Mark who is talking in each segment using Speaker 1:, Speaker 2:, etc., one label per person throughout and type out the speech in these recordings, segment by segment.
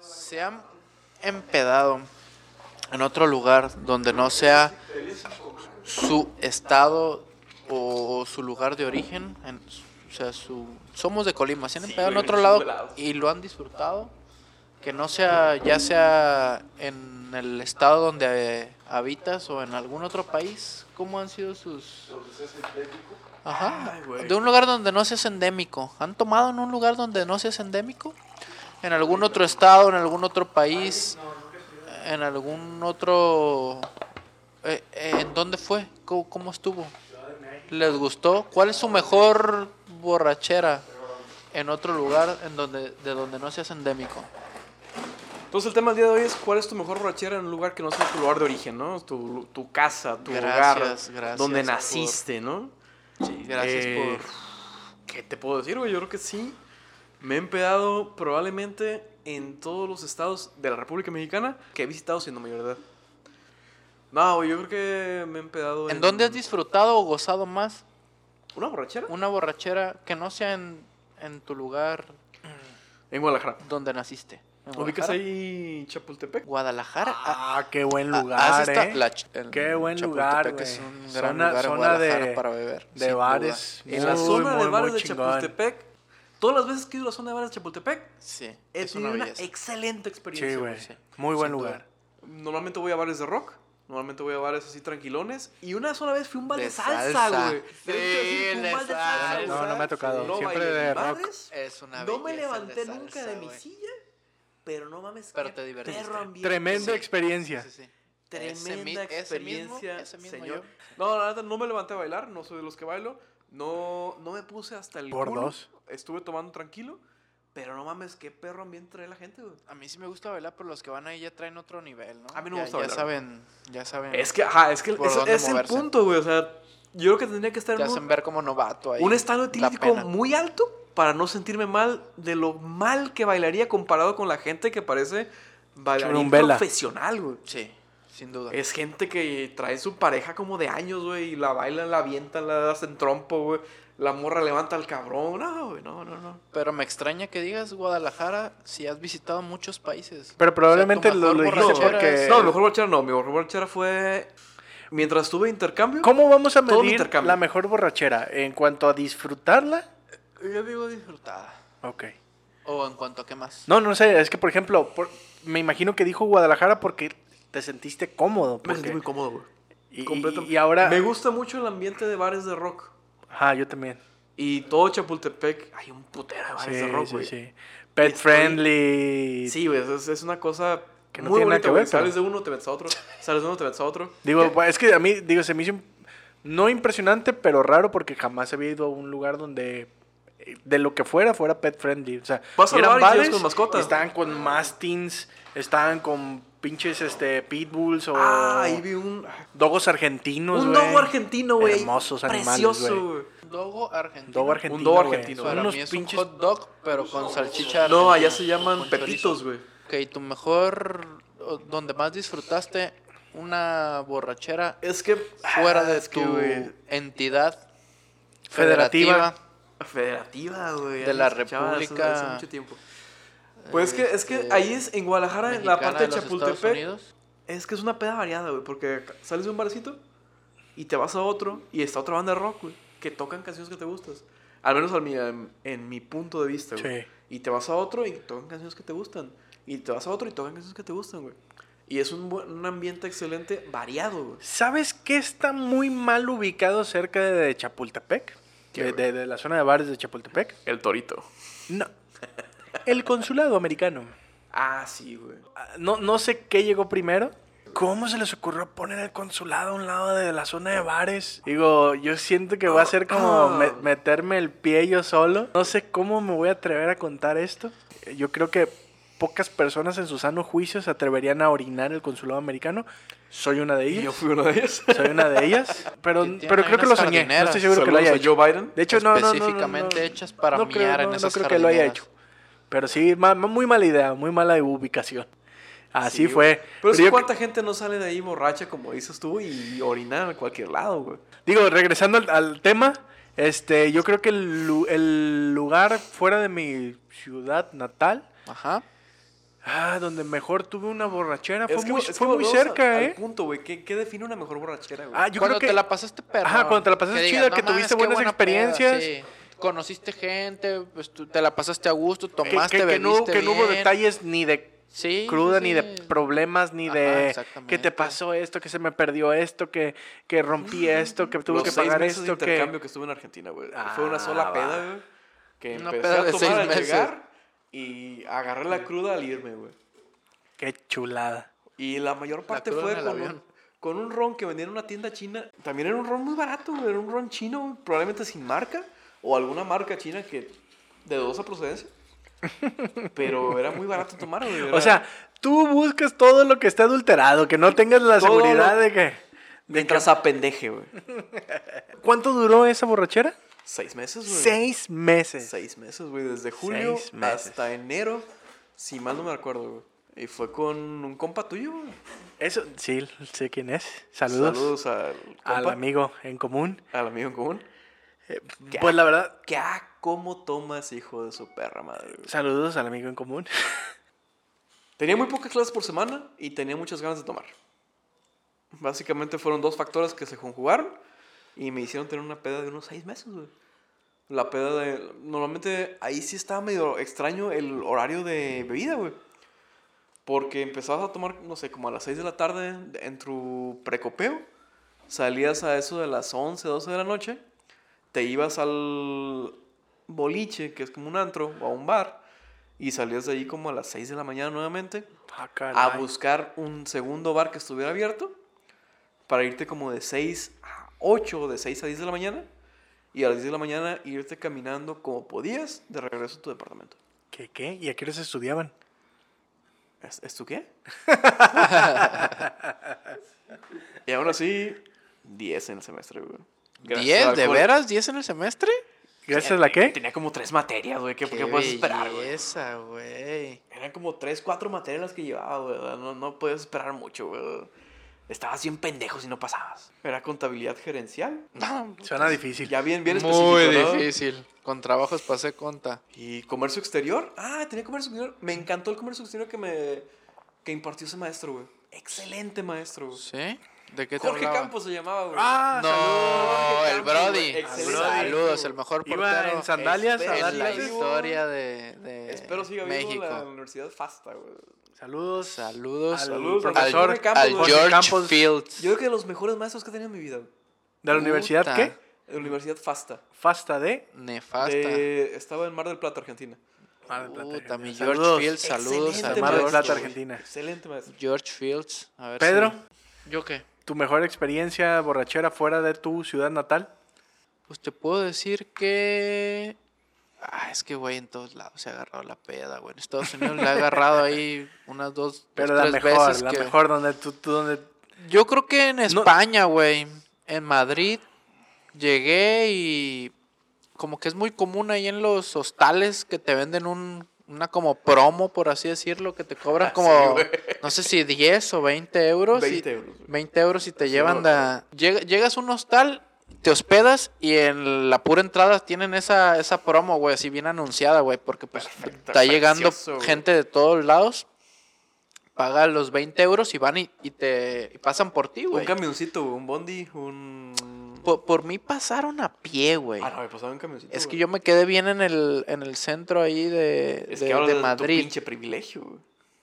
Speaker 1: se han empedado en otro lugar donde no sea su estado o su lugar de origen, en- o sea, su, somos de Colima, se han
Speaker 2: Sí,
Speaker 1: empedado en
Speaker 2: güey,
Speaker 1: otro
Speaker 2: nos
Speaker 1: lado
Speaker 2: hemos velado.
Speaker 1: y lo han disfrutado, que no sea, ya sea en el estado donde eh, habitas o en algún otro país, ¿cómo han sido sus... Ajá,
Speaker 2: Ay, güey.
Speaker 1: de un lugar donde no seas endémico. ¿Han tomado en un lugar donde no seas endémico? ¿En algún otro estado, en algún otro país, en algún otro... eh, eh, ¿En dónde fue? ¿Cómo, cómo estuvo? ¿Les gustó? ¿Cuál es su mejor borrachera en otro lugar en donde, de donde no seas endémico?
Speaker 2: Entonces el tema del día de hoy es cuál es tu mejor borrachera en un lugar que no sea tu lugar de origen, ¿no? Tu, tu casa, tu
Speaker 1: Gracias,
Speaker 2: hogar,
Speaker 1: gracias
Speaker 2: donde
Speaker 1: por-
Speaker 2: naciste, ¿no?
Speaker 1: Gracias
Speaker 2: Eh, ¿Qué te puedo decir, güey? Yo creo que sí. Me he empedado probablemente en todos los estados de la República Mexicana que he visitado siendo mayor de edad. No, güey, yo creo que me he empedado
Speaker 1: por... ¿En dónde has disfrutado o gozado más
Speaker 2: ¿Una borrachera?
Speaker 1: una borrachera que no sea en, en tu lugar
Speaker 2: En Guadalajara.
Speaker 1: donde naciste? ¿En
Speaker 2: ¿Ubicas
Speaker 1: Guadalajara?
Speaker 2: ahí Chapultepec?
Speaker 1: Guadalajara. Ah,
Speaker 3: Ah, qué buen
Speaker 1: ah,
Speaker 3: lugar,
Speaker 1: has estado-
Speaker 3: eh.
Speaker 1: la ch- el
Speaker 3: Qué buen
Speaker 1: Chapultepec
Speaker 3: lugar,
Speaker 1: es
Speaker 3: güey.
Speaker 1: un gran
Speaker 3: Zona-
Speaker 1: lugar en
Speaker 3: zona de-
Speaker 1: Guadalajara para beber.
Speaker 3: de
Speaker 1: sin duda.
Speaker 3: bares.
Speaker 1: En
Speaker 2: En
Speaker 1: la-
Speaker 2: la
Speaker 3: Muy,
Speaker 2: zona
Speaker 3: muy,
Speaker 2: de bares
Speaker 3: muy
Speaker 2: de
Speaker 3: chingón.
Speaker 2: Chapultepec. Todas las veces que he ido a la zona de bares de Chapultepec,
Speaker 1: sí,
Speaker 2: he
Speaker 1: es una
Speaker 2: tenido una,
Speaker 1: belleza.
Speaker 2: excelente experiencia.
Speaker 3: Sí,
Speaker 2: güey.
Speaker 3: güey.
Speaker 1: sí.
Speaker 3: Muy buen
Speaker 1: Sin duda.
Speaker 3: lugar.
Speaker 2: Normalmente voy a bares de rock. Normalmente voy a bares así tranquilones. Y una sola vez fui a un bar de,
Speaker 1: De
Speaker 2: salsa,
Speaker 1: salsa.
Speaker 2: güey.
Speaker 1: Sí,
Speaker 2: Fui a un
Speaker 1: de
Speaker 2: bar
Speaker 1: salsa.
Speaker 2: güey.
Speaker 3: No, no me ha tocado.
Speaker 2: No
Speaker 3: Siempre
Speaker 2: bailé
Speaker 3: de
Speaker 2: ni
Speaker 3: rock.
Speaker 2: madres,
Speaker 1: Es una
Speaker 2: No me
Speaker 1: belleza de
Speaker 2: levanté nunca
Speaker 1: salsa,
Speaker 2: de mi
Speaker 1: güey.
Speaker 2: silla. Pero no mames,
Speaker 1: Pero
Speaker 2: qué
Speaker 1: te divertiste.
Speaker 2: perro ambiente.
Speaker 3: Tremenda
Speaker 2: güey.
Speaker 3: experiencia.
Speaker 1: Sí, sí. Ese mi-
Speaker 2: Tremenda
Speaker 1: ese mismo-
Speaker 2: experiencia,
Speaker 1: ese mismo
Speaker 2: señor.
Speaker 1: yo.
Speaker 2: No, la neta, no me levanté a bailar, no soy de los que bailo. No, no me puse hasta el
Speaker 3: Por
Speaker 2: culo.
Speaker 3: dos.
Speaker 2: Estuve tomando tranquilo, pero no mames, qué perro ambiente trae la gente, güey.
Speaker 1: A mí sí me gusta bailar, pero los que van ahí ya traen otro nivel, ¿no?
Speaker 2: A mí no
Speaker 1: Ya-
Speaker 2: me gusta
Speaker 1: ya
Speaker 2: bailar.
Speaker 1: saben, ya saben.
Speaker 2: Es que, ajá, es que
Speaker 1: Por
Speaker 2: es,
Speaker 1: dónde
Speaker 2: es el
Speaker 1: moverse.
Speaker 2: punto, güey. O sea, yo creo que tendría que estar
Speaker 1: te
Speaker 2: en
Speaker 1: hacen
Speaker 2: un,
Speaker 1: ver como novato ahí.
Speaker 2: un estado
Speaker 1: la
Speaker 2: etílico
Speaker 1: pena.
Speaker 2: muy alto para no sentirme mal de lo mal que bailaría comparado con la gente que parece bailarín
Speaker 3: Churumbela.
Speaker 2: profesional, güey.
Speaker 1: Sí, sin duda.
Speaker 2: Es gente que trae su pareja como de años, güey, y la bailan, la avientan, la hacen trompo, güey. La morra levanta al cabrón. No, güey, no, no, no.
Speaker 1: Pero me extraña que digas Guadalajara si has visitado muchos países.
Speaker 3: Pero probablemente
Speaker 1: O sea, tu
Speaker 3: lo- lo
Speaker 1: mejor
Speaker 3: dijiste
Speaker 1: borrachera
Speaker 3: porque-
Speaker 1: es-
Speaker 2: No, mi mejor borrachera no. Mi mejor borrachera fue mientras estuve de intercambio.
Speaker 3: ¿Cómo vamos a
Speaker 2: Todo un
Speaker 3: medir
Speaker 2: intercambio.
Speaker 3: la mejor borrachera? ¿En cuanto a disfrutarla?
Speaker 1: Yo digo disfrutada.
Speaker 3: Ok.
Speaker 1: O en cuanto a qué más.
Speaker 3: No, no sé, es que por ejemplo, por- me imagino que dijo Guadalajara porque te sentiste cómodo.
Speaker 2: Me
Speaker 3: porque-
Speaker 2: sentí muy cómodo, güey.
Speaker 3: y- y-
Speaker 2: Completam-
Speaker 3: y ahora...
Speaker 2: Me gusta mucho el ambiente de bares de rock.
Speaker 3: Ajá, yo también.
Speaker 2: Y todo Chapultepec, hay un putero de bares de rock,
Speaker 3: Sí,
Speaker 2: Ah, güey.
Speaker 3: sí, sí. Pet
Speaker 2: Estoy-
Speaker 3: friendly.
Speaker 2: Sí, güey, es, es una cosa
Speaker 3: Que no
Speaker 2: muy
Speaker 3: tiene nada
Speaker 2: bonita,
Speaker 3: que
Speaker 2: güey.
Speaker 3: ver, pero-
Speaker 2: Sales de uno, te metes a otro. Sales de uno, te metes a otro.
Speaker 3: Digo, es que a mí, digo, se me hizo im- no impresionante, pero raro porque jamás había ido a un lugar donde eh, de lo que fuera fuera pet friendly. O sea,
Speaker 2: Vas al
Speaker 3: eran
Speaker 2: bar y llegas
Speaker 3: bares,
Speaker 2: con mascotas.
Speaker 3: Estaban con mastins, estaban con pinches este pitbulls o
Speaker 2: Ah, ahí vi un...
Speaker 3: dogos argentinos,
Speaker 2: Un
Speaker 3: güey.
Speaker 2: dogo argentino, güey.
Speaker 3: Hermosos animales,
Speaker 2: Precioso,
Speaker 3: güey.
Speaker 2: güey.
Speaker 1: Dogo argentino.
Speaker 3: Dogo argentino.
Speaker 2: dogo
Speaker 3: güey.
Speaker 2: argentino,
Speaker 1: Para
Speaker 3: Son
Speaker 2: güey.
Speaker 3: unos
Speaker 1: mí es
Speaker 3: pinches
Speaker 1: un hot dog, pero con salchicha.
Speaker 2: No, allá
Speaker 1: argentina,
Speaker 2: se llaman
Speaker 1: con chorizo.
Speaker 2: pepitos, güey.
Speaker 1: Ok, tu mejor. o Donde más disfrutaste una borrachera
Speaker 2: Es que...
Speaker 1: fuera de
Speaker 2: Ah, es que,
Speaker 1: tu
Speaker 2: güey,
Speaker 1: entidad
Speaker 3: Federativa.
Speaker 1: federativa.
Speaker 2: ah, Federativa, güey.
Speaker 1: De
Speaker 2: ya
Speaker 1: la
Speaker 2: no escuchaba eso
Speaker 1: República-
Speaker 2: Hace mucho tiempo. Pues es que, es que
Speaker 3: Eh,
Speaker 1: Este,
Speaker 2: ahí es, en Guadalajara, en la
Speaker 1: mexicana
Speaker 2: parte de
Speaker 1: los Estados
Speaker 2: Chapultepec,
Speaker 1: Unidos.
Speaker 2: Es que es una peda variada, güey, porque sales de un barcito y te vas a otro y está otra banda de rock, güey, que tocan canciones que te gustas. Al menos al mi- en, en mi punto de vista, güey.
Speaker 3: Sí.
Speaker 2: Y te vas a otro y tocan canciones que te gustan. Y te vas a otro y tocan canciones que te gustan, güey. Y es un, buen- un ambiente excelente, variado, güey.
Speaker 3: ¿Sabes qué está muy mal ubicado cerca de Chapultepec?
Speaker 2: ¿Qué,
Speaker 3: De,
Speaker 2: güey?
Speaker 3: de- de la zona de bares de Chapultepec.
Speaker 2: El torito.
Speaker 3: No. El consulado americano.
Speaker 2: Ah, sí, güey.
Speaker 3: Ah, No, no sé qué llegó primero. ¿Cómo se les ocurrió poner el consulado a un lado de la zona de bares? Digo, yo siento que va a ser como
Speaker 2: Ah.
Speaker 3: me- meterme el pie yo solo. No sé cómo me voy a atrever a contar esto. Eh, Yo creo que pocas personas en su sano juicio se atreverían a orinar el consulado americano. Soy una de
Speaker 2: Y yo
Speaker 3: ellas.
Speaker 2: fui uno de ellos.
Speaker 3: Soy una de ellas. Pero,
Speaker 1: Que tienen
Speaker 3: pero
Speaker 1: ahí
Speaker 3: creo que lo
Speaker 1: unas
Speaker 3: soñé. No estoy
Speaker 1: jardineras.
Speaker 3: seguro que lo
Speaker 2: Saludos
Speaker 3: haya
Speaker 2: a
Speaker 3: hecho.
Speaker 2: Joe Biden.
Speaker 3: De hecho, no, no, no, no, no.
Speaker 1: Específicamente hechas para
Speaker 3: No creo,
Speaker 1: miar en
Speaker 3: no, no
Speaker 1: esas
Speaker 3: creo que lo haya
Speaker 1: jardineras.
Speaker 3: hecho. Pero sí, ma- ma- muy mala idea, muy mala ubicación. Así
Speaker 2: Sí, güey.
Speaker 3: fue.
Speaker 2: Pero, es
Speaker 3: yo
Speaker 2: que cuánta gente no sale de ahí borracha, como dices tú, y orinar a cualquier lado, güey.
Speaker 3: Digo, regresando al, al tema, este, yo creo que el, lu- el lugar fuera de mi ciudad natal
Speaker 1: Ajá.
Speaker 3: Ah, donde mejor tuve una borrachera. Ah, Fue
Speaker 2: Es que,
Speaker 3: muy,
Speaker 2: es que
Speaker 3: fue muy
Speaker 2: volvemos
Speaker 3: cerca,
Speaker 2: a- al
Speaker 3: ¿eh?
Speaker 2: punto, güey. ¿Qué, qué define una mejor borrachera, güey?
Speaker 3: Ah, yo
Speaker 1: cuando
Speaker 3: creo que.
Speaker 1: te la pasaste perro.
Speaker 3: Ajá, cuando te la pasaste chida, que tuviste
Speaker 1: "No mames, qué
Speaker 3: buenas
Speaker 1: buena peda",
Speaker 3: experiencias.
Speaker 1: sí. Conociste gente, pues, tú te la pasaste a gusto,
Speaker 3: que-
Speaker 1: tomaste,
Speaker 3: que, que no,
Speaker 1: bebiste
Speaker 3: que no hubo
Speaker 1: bien.
Speaker 3: detalles ni de
Speaker 1: Sí,
Speaker 3: cruda,
Speaker 1: sí,
Speaker 3: ni
Speaker 1: sí.
Speaker 3: de problemas, ni
Speaker 1: Ajá,
Speaker 3: de que
Speaker 1: exactamente.
Speaker 3: te pasó esto, que se me perdió esto, que, que rompí esto, que tuve
Speaker 2: Los
Speaker 3: que
Speaker 2: seis
Speaker 3: pagar
Speaker 2: meses de
Speaker 3: esto,
Speaker 2: intercambio
Speaker 3: que...
Speaker 2: que estuve en Argentina, güey.
Speaker 3: Ah,
Speaker 2: Fue una sola
Speaker 3: va.
Speaker 2: peda, güey. Que
Speaker 1: Una
Speaker 2: empecé
Speaker 1: peda
Speaker 2: a
Speaker 1: de
Speaker 2: tomar
Speaker 1: seis
Speaker 2: al
Speaker 1: meses.
Speaker 2: llegar y agarré la cruda al irme, güey.
Speaker 3: Qué chulada.
Speaker 2: Y la mayor parte
Speaker 1: cruda en
Speaker 2: fue
Speaker 1: el
Speaker 2: con un,
Speaker 1: avión.
Speaker 2: con un ron que vendía en una tienda china. También era un ron muy barato, güey. Era un ron chino, güey, probablemente sin marca. O alguna marca china que de dudosa procedencia. Pero era muy barato tomar, güey.
Speaker 3: O
Speaker 2: Era-
Speaker 3: sea, tú buscas todo lo que está adulterado, que no tengas la
Speaker 2: Todo
Speaker 3: seguridad
Speaker 2: lo-
Speaker 3: de que... De que...
Speaker 2: mientras apendeje, güey.
Speaker 3: ¿Cuánto duró esa borrachera?
Speaker 2: Seis meses, Pues, güey.
Speaker 3: Seis meses.
Speaker 2: Seis meses, güey. Desde julio
Speaker 3: Seis meses.
Speaker 2: hasta enero, si mal no me acuerdo, güey. Y fue con un compa tuyo, güey.
Speaker 3: Eso, sí, sé quién es. Saludos,
Speaker 2: Saludos al, compa,
Speaker 3: al amigo en común.
Speaker 2: al amigo en común. ¿Qué?
Speaker 3: Pues la verdad,
Speaker 2: Que, ah, ¿cómo tomas, hijo de su perra madre, güey?
Speaker 3: saludos al amigo en común.
Speaker 2: Tenía muy pocas clases por semana y tenía muchas ganas de tomar. Básicamente fueron dos factores que se conjugaron y me hicieron tener una peda de unos seis meses, güey. La peda de... Normalmente ahí sí estaba medio extraño el horario de bebida, güey. Porque empezabas a tomar, no sé, como a las 6 de la tarde en tu precopeo. Salías a eso de las 11, 12 de la noche. Te ibas al boliche, que es como un antro, o a un bar. Y salías de ahí como a las 6 de la mañana nuevamente
Speaker 3: Ah,
Speaker 2: a
Speaker 3: caray.
Speaker 2: buscar un segundo bar que estuviera abierto para irte como de 6 a 8 o de 6 a 10 de la mañana y a las 10 de la mañana irte caminando como podías de regreso a tu departamento.
Speaker 3: ¿Qué, qué? ¿Y a qué hora estudiaban?
Speaker 2: ¿Es, es tu qué? y aún así, 10 en el semestre, güey. Gracias
Speaker 1: ¿Diez?
Speaker 2: al
Speaker 1: ¿De
Speaker 2: alcohol. Eh,
Speaker 1: veras? ¿Diez en el semestre?
Speaker 3: ¿Gracias a la qué?
Speaker 2: Tenía como 3 materias, güey. ¿Qué, qué puedes esperar, güey?
Speaker 1: belleza, güey.
Speaker 2: Eran como tres, cuatro materias las que llevaba, güey. ¿verdad? No, no podías esperar mucho, güey. Estabas bien pendejo si no pasabas. Era contabilidad gerencial.
Speaker 1: No,
Speaker 3: Suena difícil.
Speaker 2: Ya bien, bien específico,
Speaker 1: Muy
Speaker 2: ¿no?
Speaker 1: difícil. Con trabajos pasé conta.
Speaker 2: Y comercio exterior. Ah, tenía comercio exterior. Me encantó el comercio exterior que me... Que impartió ese maestro, güey. Excelente maestro, güey.
Speaker 1: ¿Sí? ¿De qué te
Speaker 2: Jorge
Speaker 1: hablaba?
Speaker 2: Campos se llamaba, güey.
Speaker 3: Ah,
Speaker 1: No,
Speaker 2: Jorge
Speaker 1: el
Speaker 2: Campos,
Speaker 1: Brody.
Speaker 2: güey. Excelente.
Speaker 1: Saludos, el mejor
Speaker 3: Iba
Speaker 1: portero este,
Speaker 3: en sandalias a
Speaker 2: Espera,
Speaker 3: dar
Speaker 1: en la
Speaker 3: clases.
Speaker 2: vivo.
Speaker 1: historia de, de
Speaker 2: Espero siga vivo
Speaker 1: México.
Speaker 2: la Universidad Fasta, güey.
Speaker 3: Saludos.
Speaker 1: Saludos
Speaker 3: al
Speaker 2: Saludos al
Speaker 3: profesor
Speaker 1: al,
Speaker 2: Jorge Campos,
Speaker 1: al
Speaker 2: güey.
Speaker 1: George
Speaker 3: Campos.
Speaker 1: Fields.
Speaker 2: Yo creo que de los mejores maestros que he tenido en mi vida. güey.
Speaker 3: de la universidad,
Speaker 1: Puta.
Speaker 3: ¿qué?
Speaker 2: De
Speaker 1: Mm.
Speaker 2: la Universidad Fasta.
Speaker 3: Fasta de...
Speaker 1: Nefasta.
Speaker 2: De- Estaba en Mar del Plata, Argentina.
Speaker 3: Mar del Ah, Plata,
Speaker 1: Puta, mi
Speaker 3: Saludos.
Speaker 1: George Fields, saludos
Speaker 2: Excelente
Speaker 1: a
Speaker 3: Al Mar del
Speaker 1: George,
Speaker 3: Plata,
Speaker 1: güey.
Speaker 3: Argentina.
Speaker 2: Excelente maestro.
Speaker 1: George Fields. A ver
Speaker 3: Pedro.
Speaker 1: si- ¿Yo qué?
Speaker 3: ¿Tu mejor experiencia borrachera fuera de tu ciudad natal?
Speaker 1: Pues te puedo decir que. Ah, es que, güey, en todos lados se ha agarrado la peda, güey. En Estados Unidos le ha agarrado ahí unas dos, dos,
Speaker 3: Pero la
Speaker 1: tres
Speaker 3: mejor,
Speaker 1: veces.
Speaker 3: la
Speaker 1: que-
Speaker 3: mejor donde tú, tú donde...
Speaker 1: Yo creo que en España, güey. En Madrid. Llegué y. Como que es muy común ahí en los hostales que te venden un, una como promo, por así decirlo, que te cobran como,
Speaker 2: güey.
Speaker 1: no sé si 10 o 20 euros. y-
Speaker 2: 20 euros. güey.
Speaker 1: 20 euros y te
Speaker 2: Sí,
Speaker 1: llevan
Speaker 2: güey.
Speaker 1: de... Llega- Llegas a un hostal, te hospedas y en la pura entrada tienen esa, esa promo, güey, así bien anunciada, güey, porque pues
Speaker 2: Perfecto,
Speaker 1: está llegando
Speaker 2: precioso, güey.
Speaker 1: gente de todos lados, paga los 20 euros y van y, y te y pasan por ti,
Speaker 2: Un
Speaker 1: güey.
Speaker 2: camioncito, güey, un bondi, un...
Speaker 1: Por, por mí pasaron a pie, güey.
Speaker 2: Ah, no, me pasaba un camioncito.
Speaker 1: es que
Speaker 2: güey.
Speaker 1: yo me quedé bien en el, en el centro ahí de,
Speaker 2: Es
Speaker 1: de-
Speaker 2: que hablas
Speaker 1: de
Speaker 2: de, Madrid.
Speaker 1: Madrid.
Speaker 2: pinche privilegio, güey.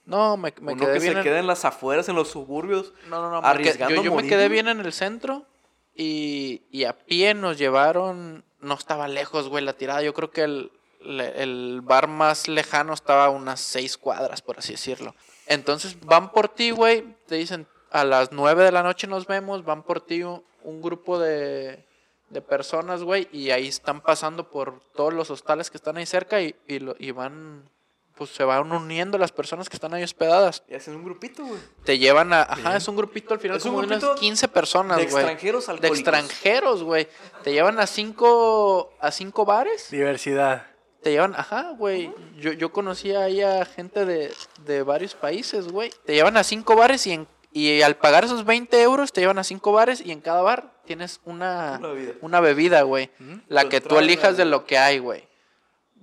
Speaker 1: No, me, me
Speaker 2: Uno
Speaker 1: quedé
Speaker 2: que
Speaker 1: bien
Speaker 2: se
Speaker 1: en-
Speaker 2: queda en las afueras, en los suburbios.
Speaker 1: No, no, no. me qued-
Speaker 2: Arriesgando
Speaker 1: yo yo me
Speaker 2: morir,
Speaker 1: quedé
Speaker 2: güey.
Speaker 1: bien en el centro y, y a pie nos llevaron. No estaba lejos, güey, la tirada. Yo creo que el, le- el bar más lejano estaba a unas seis cuadras, por así decirlo. Entonces van por ti, güey. Te dicen a las nueve de la noche nos vemos. Van por ti un, un grupo de, de personas, güey. Y ahí están pasando por todos los hostales que están ahí cerca y, y, lo- y van. Pues se van uniendo las personas que están ahí hospedadas.
Speaker 2: Y hacen un grupito, güey.
Speaker 1: Te llevan a. Ajá, es un grupito al final,
Speaker 2: Es un
Speaker 1: como de unas
Speaker 2: grupito
Speaker 1: 15
Speaker 2: de
Speaker 1: personas, güey.
Speaker 2: extranjeros
Speaker 1: De
Speaker 2: alcohólicos.
Speaker 1: extranjeros, güey. Te llevan a cinco, a cinco bares.
Speaker 3: Diversidad.
Speaker 1: Te llevan, ajá, güey. Yo, yo conocía ahí a gente de, de varios países, güey. Te llevan a cinco bares y, en- y al pagar esos 20 euros te llevan a cinco bares y en cada bar tienes una,
Speaker 2: Ah. Una bebida.
Speaker 1: una bebida, güey. La
Speaker 2: Tu
Speaker 1: que tú
Speaker 2: entrada,
Speaker 1: elijas de
Speaker 2: güey.
Speaker 1: lo que hay, güey.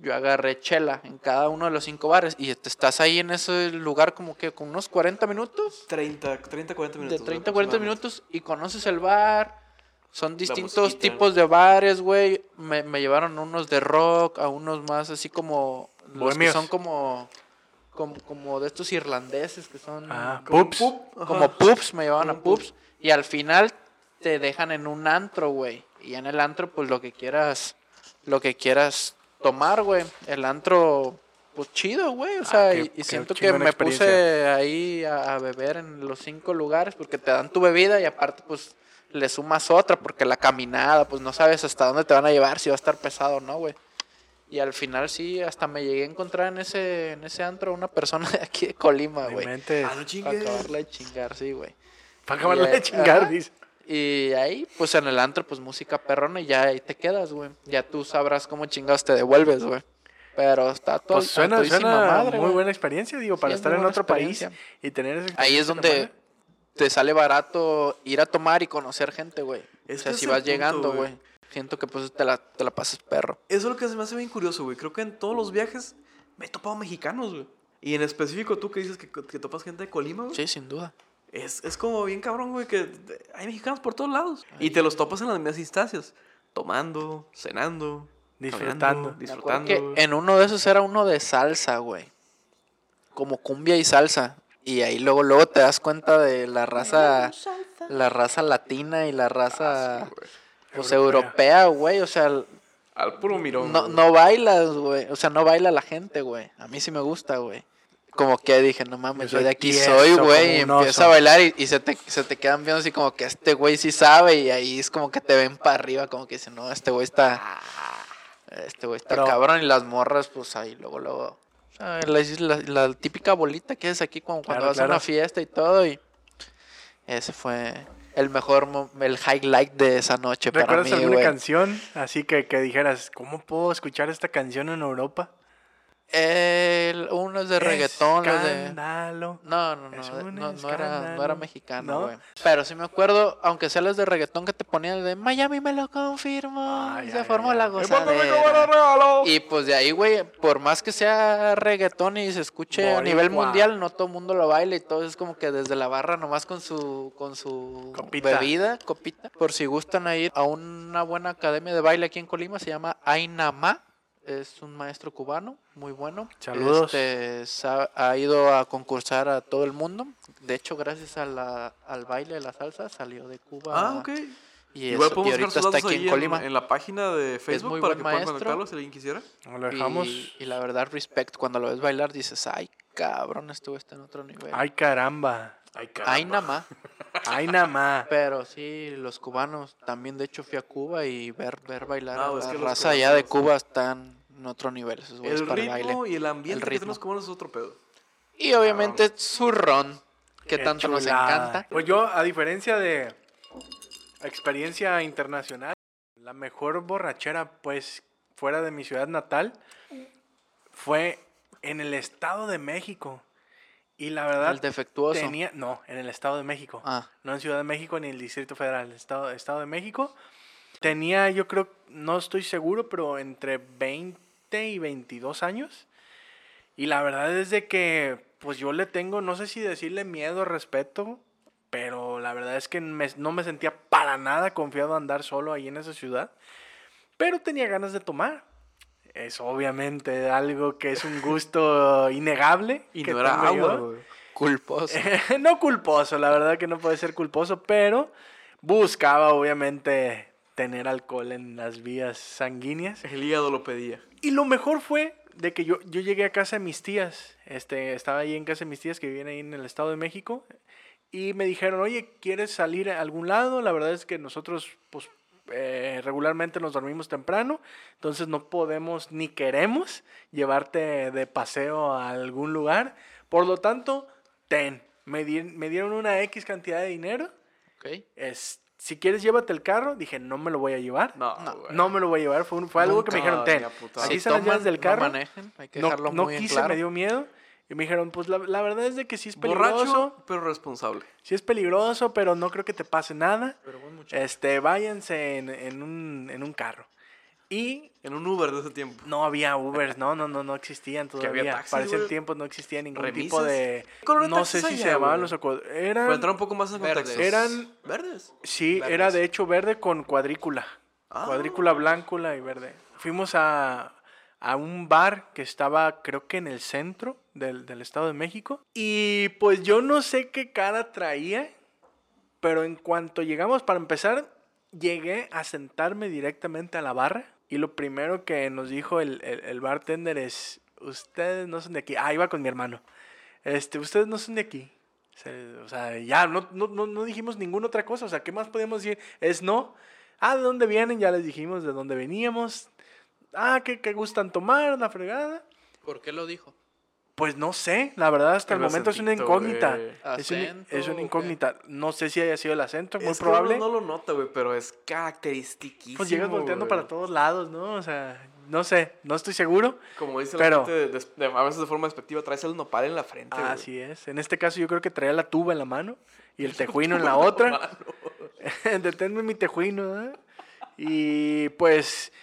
Speaker 1: yo agarré chela en cada uno de los cinco bares y te estás ahí en ese lugar como que con unos 40 minutos,
Speaker 2: 30, 30, 40
Speaker 1: de
Speaker 2: minutos.
Speaker 1: 30 a 40 minutos y conoces el bar. Son distintos
Speaker 2: musiquita.
Speaker 1: tipos de bares, güey. Me, me llevaron unos de rock, a unos más así como... Los que
Speaker 3: Bohemios.
Speaker 1: son como, como... Como de estos irlandeses que son...
Speaker 3: Ah,
Speaker 1: como-
Speaker 3: Pups.
Speaker 1: como pubs, me llevaban a
Speaker 2: Como pubs.
Speaker 1: pubs. Y al final te dejan en un antro, güey. Y en el antro, pues lo que quieras, lo que quieras tomar, güey. El antro, pues chido, güey. O sea,
Speaker 3: Ah, qué-
Speaker 1: y, y
Speaker 3: qué
Speaker 1: siento que
Speaker 3: chingona
Speaker 1: me
Speaker 3: experiencia.
Speaker 1: puse ahí a, a beber en los cinco lugares porque te dan tu bebida y aparte, pues le sumas otra porque la caminada, pues no sabes hasta dónde te van a llevar, si va a estar pesado o no, güey. Y al final sí, hasta me llegué a encontrar en ese, en ese antro una persona de aquí de Colima,
Speaker 3: Mi
Speaker 1: güey.
Speaker 3: mente.
Speaker 2: Ah, no
Speaker 1: Para
Speaker 2: chingues.
Speaker 1: acabarla de chingar, sí, güey.
Speaker 3: Para acabarle
Speaker 1: y, eh,
Speaker 3: de chingar,
Speaker 1: ajá.
Speaker 3: dice.
Speaker 1: Y ahí, pues en el antro, pues música perrona y ya ahí te quedas, güey. Ya tú sabrás cómo chingados te devuelves, güey. Pero está todo.
Speaker 3: Pues suena,
Speaker 1: altísima
Speaker 3: suena
Speaker 1: madre,
Speaker 3: muy
Speaker 1: güey.
Speaker 3: buena experiencia, digo, para
Speaker 1: es
Speaker 3: estar
Speaker 1: muy
Speaker 3: en
Speaker 1: buena
Speaker 3: otro país
Speaker 1: experiencia.
Speaker 3: y tener esa
Speaker 1: Ahí es
Speaker 3: experiencia tan
Speaker 1: donde
Speaker 3: buena.
Speaker 1: te sale barato ir a tomar y conocer gente, güey. O
Speaker 2: Es
Speaker 1: sea,
Speaker 2: que
Speaker 1: si
Speaker 2: es el
Speaker 1: vas
Speaker 2: punto,
Speaker 1: llegando,
Speaker 2: güey.
Speaker 1: güey. Siento que pues te la, te la pasas perro.
Speaker 2: Eso es lo que se me hace bien curioso, güey. Creo que en todos los viajes me he topado mexicanos, güey. Y en específico tú que dices que, que topas gente de Colima, güey.
Speaker 1: Sí, sin duda.
Speaker 2: Es, es como bien cabrón, güey, que de- hay mexicanos por todos lados. Y te los topas en las mismas instancias. Tomando, cenando.
Speaker 3: Disfrutando.
Speaker 2: caminando,
Speaker 3: Me
Speaker 1: Me acuerdo
Speaker 2: Disfrutando.
Speaker 1: que
Speaker 2: güey.
Speaker 1: en uno de esos era uno de salsa, güey. Como cumbia y salsa. Y ahí luego, luego te das cuenta de la raza. La raza latina y la raza pues, europea, güey. O sea, l-
Speaker 2: Al puro mirón.
Speaker 1: no,
Speaker 2: güey.
Speaker 1: no bailas, güey. O sea, no baila la gente, güey. A mí sí me gusta, güey. Como que dije, no mames,
Speaker 3: Yo
Speaker 1: yo de
Speaker 3: soy
Speaker 1: aquí
Speaker 3: tieso
Speaker 1: soy,
Speaker 3: como
Speaker 1: güey. Y
Speaker 3: un
Speaker 1: empieza
Speaker 3: oso.
Speaker 1: a bailar y, y se, te, se te quedan viendo así como que este güey sí sabe. Y ahí es como que te ven para arriba, como que dicen, no, este güey está. Este güey está
Speaker 3: Pero-
Speaker 1: cabrón. Y las morras, pues ahí luego, luego. o sea, La, la- la típica bolita que es aquí como cuando
Speaker 3: Claro,
Speaker 1: vas
Speaker 3: claro.
Speaker 1: a una fiesta y todo. Y ese fue el mejor, mo- el highlight de esa noche para
Speaker 3: ¿Recuerdas
Speaker 1: mí,
Speaker 3: alguna
Speaker 1: güey.
Speaker 3: canción así que, que dijeras, ¿cómo puedo escuchar esta canción en Europa?
Speaker 1: El, uno es de reggaetón, los de...
Speaker 3: Escándalo.
Speaker 1: No, no, no,
Speaker 3: Es
Speaker 1: de-
Speaker 3: un
Speaker 1: no, no era, no era
Speaker 3: escándalo.
Speaker 1: mexicano,
Speaker 3: ¿No?
Speaker 1: güey. Pero sí me acuerdo, aunque sea los de reggaetón que te ponían de Miami me lo confirmo,
Speaker 3: Ay,
Speaker 1: se
Speaker 3: ay,
Speaker 1: formó
Speaker 3: ay,
Speaker 1: la
Speaker 3: ay.
Speaker 2: ¡En Puerto Rico
Speaker 1: gozadera.
Speaker 2: van a regalo!
Speaker 1: Y pues de ahí, güey, por más que sea reggaetón y se escuche a nivel
Speaker 3: Boricua.
Speaker 1: mundial, no todo el mundo lo baila y todo es como que desde la barra nomás con su con su
Speaker 3: Copita.
Speaker 1: bebida, copita. Por si gustan a ir a una buena academia de baile aquí en Colima, se llama Ainama. Es un maestro cubano, muy bueno.
Speaker 3: Saludos.
Speaker 1: Este, sa- ha ido a concursar a todo el mundo. De hecho, gracias a la- al baile de la salsa salió de Cuba.
Speaker 2: Ah, ok.
Speaker 1: Y,
Speaker 2: Igual
Speaker 1: eso- y
Speaker 2: podemos buscar
Speaker 1: ahorita
Speaker 2: sus
Speaker 1: está
Speaker 2: datos
Speaker 1: aquí
Speaker 2: ahí
Speaker 1: en Colima.
Speaker 2: en, en la página de Facebook
Speaker 1: muy
Speaker 2: para
Speaker 1: buen
Speaker 2: que puedan
Speaker 1: maestro.
Speaker 2: conectarlo si alguien quisiera.
Speaker 3: Lo dejamos.
Speaker 1: Y, y la verdad, respect. Cuando lo ves bailar, dices, ay, cabrón, estuvo este en otro nivel.
Speaker 3: Ay, caramba.
Speaker 1: Ay, nada más.
Speaker 3: Ay, nada más.
Speaker 1: Pero sí, los cubanos. También, de hecho, fui a Cuba y ver, ver bailar
Speaker 2: Ah,
Speaker 1: a
Speaker 2: es
Speaker 1: la
Speaker 2: que los
Speaker 1: raza allá de
Speaker 2: cubanos-
Speaker 1: Cuba están en otro nivel. Esos güeyes
Speaker 2: El
Speaker 1: para el
Speaker 2: ritmo
Speaker 1: baile.
Speaker 2: y el
Speaker 1: El
Speaker 2: ambiente que tenemos
Speaker 1: ritmo.
Speaker 2: como es otro pedo.
Speaker 1: Y obviamente, su ron, que
Speaker 3: Qué
Speaker 1: tanto nos
Speaker 3: chulada.
Speaker 1: encanta.
Speaker 3: Pues yo, a diferencia de experiencia internacional, la mejor borrachera, pues, fuera de mi ciudad natal, fue en el Estado de México. Y la verdad,
Speaker 1: El defectuoso.
Speaker 3: tenía... No, en el Estado de México.
Speaker 1: Ah,
Speaker 3: No en Ciudad de México ni en el Distrito Federal, Estado, Estado de México. Tenía, yo creo, no estoy seguro, pero entre 20 y 22 años. Y la verdad es de que, pues yo le tengo, no sé si decirle miedo o respeto, pero la verdad es que me- no me sentía para nada confiado andar solo ahí en esa ciudad. Pero tenía ganas de tomar. Es obviamente algo que es un gusto innegable.
Speaker 2: Y
Speaker 3: que
Speaker 2: no era
Speaker 3: tengo
Speaker 2: agua,
Speaker 3: yo.
Speaker 2: güey.
Speaker 1: culposo.
Speaker 3: Eh, no culposo, la verdad que no puede ser culposo, pero buscaba obviamente tener alcohol en las vías sanguíneas.
Speaker 2: El hígado lo pedía.
Speaker 3: Y lo mejor fue de que yo, yo llegué a casa de mis tías, este, estaba ahí en casa de mis tías que vivían ahí en el Estado de México, y me dijeron, oye, ¿quieres salir a algún lado? La verdad es que nosotros, pues, eh, regularmente nos dormimos temprano, entonces no podemos ni queremos llevarte de paseo a algún lugar. Por lo tanto, ten, me, di- me dieron una X cantidad de dinero.
Speaker 1: Ok.
Speaker 3: Es, si quieres, llévate el carro. Dije, no me lo voy a llevar.
Speaker 2: No,
Speaker 1: No,
Speaker 2: güey.
Speaker 3: No me lo voy a llevar. Fue, un- fue algo que me dijeron,
Speaker 2: Nunca, ni
Speaker 3: ten,
Speaker 2: a putazos.
Speaker 3: aquí
Speaker 1: Si
Speaker 3: están las llaves
Speaker 1: toman,
Speaker 3: del
Speaker 1: no
Speaker 3: carro. No,
Speaker 1: manejen, hay que dejarlo
Speaker 3: no
Speaker 1: muy en
Speaker 3: quise,
Speaker 1: claro.
Speaker 3: me dio miedo. Y me dijeron, pues la, la verdad es de que sí es peligroso.
Speaker 2: Borracho, pero responsable.
Speaker 3: Sí es peligroso, pero no creo que te pase nada.
Speaker 2: Pero buen muchacho.
Speaker 3: Este, váyanse en, en un, en un carro. Y
Speaker 2: En un Uber de ese tiempo.
Speaker 3: no había Ubers, no, no, no, no existían todavía.
Speaker 2: había taxis,
Speaker 3: Para ese
Speaker 2: güey.
Speaker 3: tiempo no existía ningún
Speaker 2: Remisas.
Speaker 3: tipo de...
Speaker 2: ¿Qué color de
Speaker 3: No
Speaker 2: taxis
Speaker 3: sé si
Speaker 2: había,
Speaker 3: se llamaban
Speaker 2: güey?
Speaker 3: los acuad-
Speaker 2: Para
Speaker 3: Eran...
Speaker 2: entrar un poco más en
Speaker 1: Verdes.
Speaker 2: contexto.
Speaker 3: Eran...
Speaker 2: verdes.
Speaker 3: Sí,
Speaker 1: Verdes.
Speaker 3: era de hecho verde con cuadrícula.
Speaker 2: Ah.
Speaker 3: Cuadrícula blancula y verde. Fuimos a, a un bar que estaba, creo que en el centro del, del Estado de México. Y pues yo no sé qué cara traía, pero en cuanto llegamos, para empezar, llegué a sentarme directamente a la barra. Y lo primero que nos dijo el, el- el bartender es, ustedes no son de aquí. Ah, iba con mi hermano. Este, ustedes no son de aquí. Se- O sea, ya no, no, no, no dijimos ninguna otra cosa. O sea, ¿qué más podíamos decir? Es no. Ah, ¿de dónde vienen? Ya les dijimos de dónde veníamos. Ah, ¿qué, qué gustan tomar? La fregada.
Speaker 1: ¿Por qué lo dijo?
Speaker 3: Pues no sé, la verdad hasta el
Speaker 2: El
Speaker 3: momento es una
Speaker 2: acentito,
Speaker 3: incógnita.
Speaker 2: güey.
Speaker 3: Es, una-
Speaker 1: Acento,
Speaker 3: es una
Speaker 1: ¿o
Speaker 3: incógnita. No sé si haya sido el acento, muy
Speaker 2: Es que uno
Speaker 3: probable.
Speaker 2: no lo nota, güey, pero es característico.
Speaker 3: pues llegas volteando para todos lados, ¿no? O sea, no sé, no estoy seguro.
Speaker 2: Como dice
Speaker 3: Pero-
Speaker 2: la gente, de- de- a veces de forma despectiva, traes el nopal en la frente. güey.
Speaker 3: Ah, Así es. En este caso yo creo que traía la tuba en la mano y el tejuino en la otra. Deténme mi tejuino, ¿eh? Y pues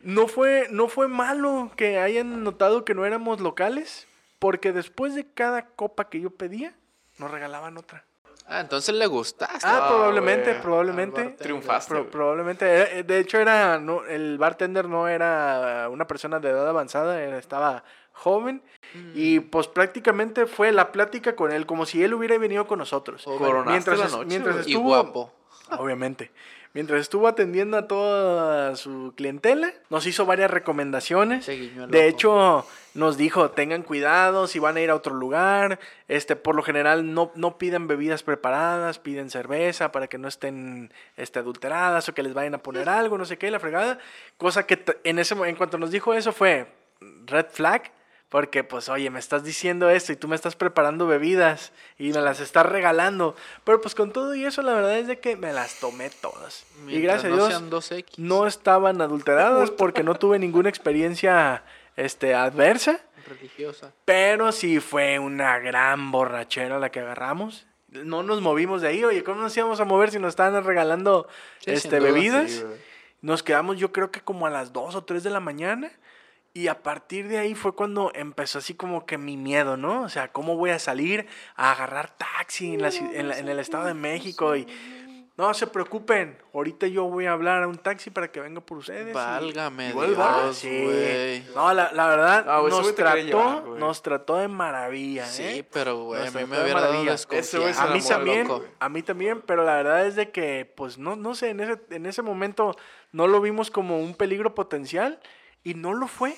Speaker 3: no fue, no fue malo que hayan notado que no éramos locales, porque después de cada copa que yo pedía, nos regalaban otra.
Speaker 1: Ah, entonces le gustaste.
Speaker 3: Ah,
Speaker 2: Ah,
Speaker 3: probablemente,
Speaker 2: güey.
Speaker 3: probablemente.
Speaker 1: Álvaro,
Speaker 2: Triunfaste.
Speaker 3: Pro-
Speaker 2: güey.
Speaker 3: probablemente. era- eh, de hecho, era no, el bartender no era una persona de edad avanzada, era- estaba joven.
Speaker 2: Mm.
Speaker 3: Y pues prácticamente fue la plática con él, como si él hubiera venido con nosotros.
Speaker 1: Joven.
Speaker 2: Coronaste
Speaker 3: Mientras
Speaker 2: la
Speaker 3: es-
Speaker 2: noche,
Speaker 3: mientras
Speaker 2: güey.
Speaker 1: y
Speaker 3: estuvo-
Speaker 1: guapo.
Speaker 3: Obviamente. Mientras estuvo atendiendo a toda su clientela, nos hizo varias recomendaciones.
Speaker 1: Se guiñó el
Speaker 3: De
Speaker 1: ojo.
Speaker 3: hecho, nos dijo, tengan cuidado si van a ir a otro lugar. Este, por lo general, no, no piden bebidas preparadas, piden cerveza para que no estén este, adulteradas o que les vayan a poner algo, no sé qué, la fregada. Cosa que t- en ese mo- en cuanto nos dijo eso fue mm, red flag. Porque, pues, oye, me estás diciendo esto y tú me estás preparando bebidas y me las estás regalando. Pero, pues, con todo y eso, la verdad es de que me las tomé todas. y
Speaker 1: Mientras
Speaker 3: gracias
Speaker 1: no
Speaker 3: a Dios,
Speaker 1: sean dos X.
Speaker 3: no estaban adulteradas porque no tuve ninguna experiencia este, adversa,
Speaker 1: Religiosa.
Speaker 3: pero sí fue una gran borrachera la que agarramos. No nos movimos de ahí, oye, ¿cómo nos íbamos a mover si nos estaban regalando
Speaker 1: Sí, sin
Speaker 3: este,
Speaker 1: duda,
Speaker 3: bebidas?
Speaker 2: Sí, güey.
Speaker 3: Nos quedamos yo creo que como a las 2 o 3 de la mañana y a partir de ahí fue cuando empezó así como que mi miedo, ¿no? O sea, ¿cómo voy a salir a agarrar taxi en, la ci- en la- en el Estado de México? Y no se preocupen, ahorita yo voy a hablar a un taxi para que venga por ustedes. y-
Speaker 1: Válgame
Speaker 2: Igual va,
Speaker 1: Dios,
Speaker 3: Sí.
Speaker 1: güey.
Speaker 3: No, la, la verdad,
Speaker 2: Ah, güey, ese
Speaker 3: nos,
Speaker 2: güey te quería
Speaker 3: trató,
Speaker 2: llevar, güey.
Speaker 3: nos trató de maravilla,
Speaker 1: Sí,
Speaker 3: ¿eh?
Speaker 1: pero güey, a
Speaker 3: Nuestra
Speaker 1: mí me
Speaker 3: fue
Speaker 1: hubiera dado
Speaker 3: maravilla.
Speaker 2: Ese güey se
Speaker 1: desconfianza.
Speaker 3: a mí
Speaker 2: enamoró,
Speaker 3: también,
Speaker 2: loco.
Speaker 3: a mí también, pero la verdad es de que, pues no, no sé, en ese, en ese momento no lo vimos como un peligro potencial y no lo fue,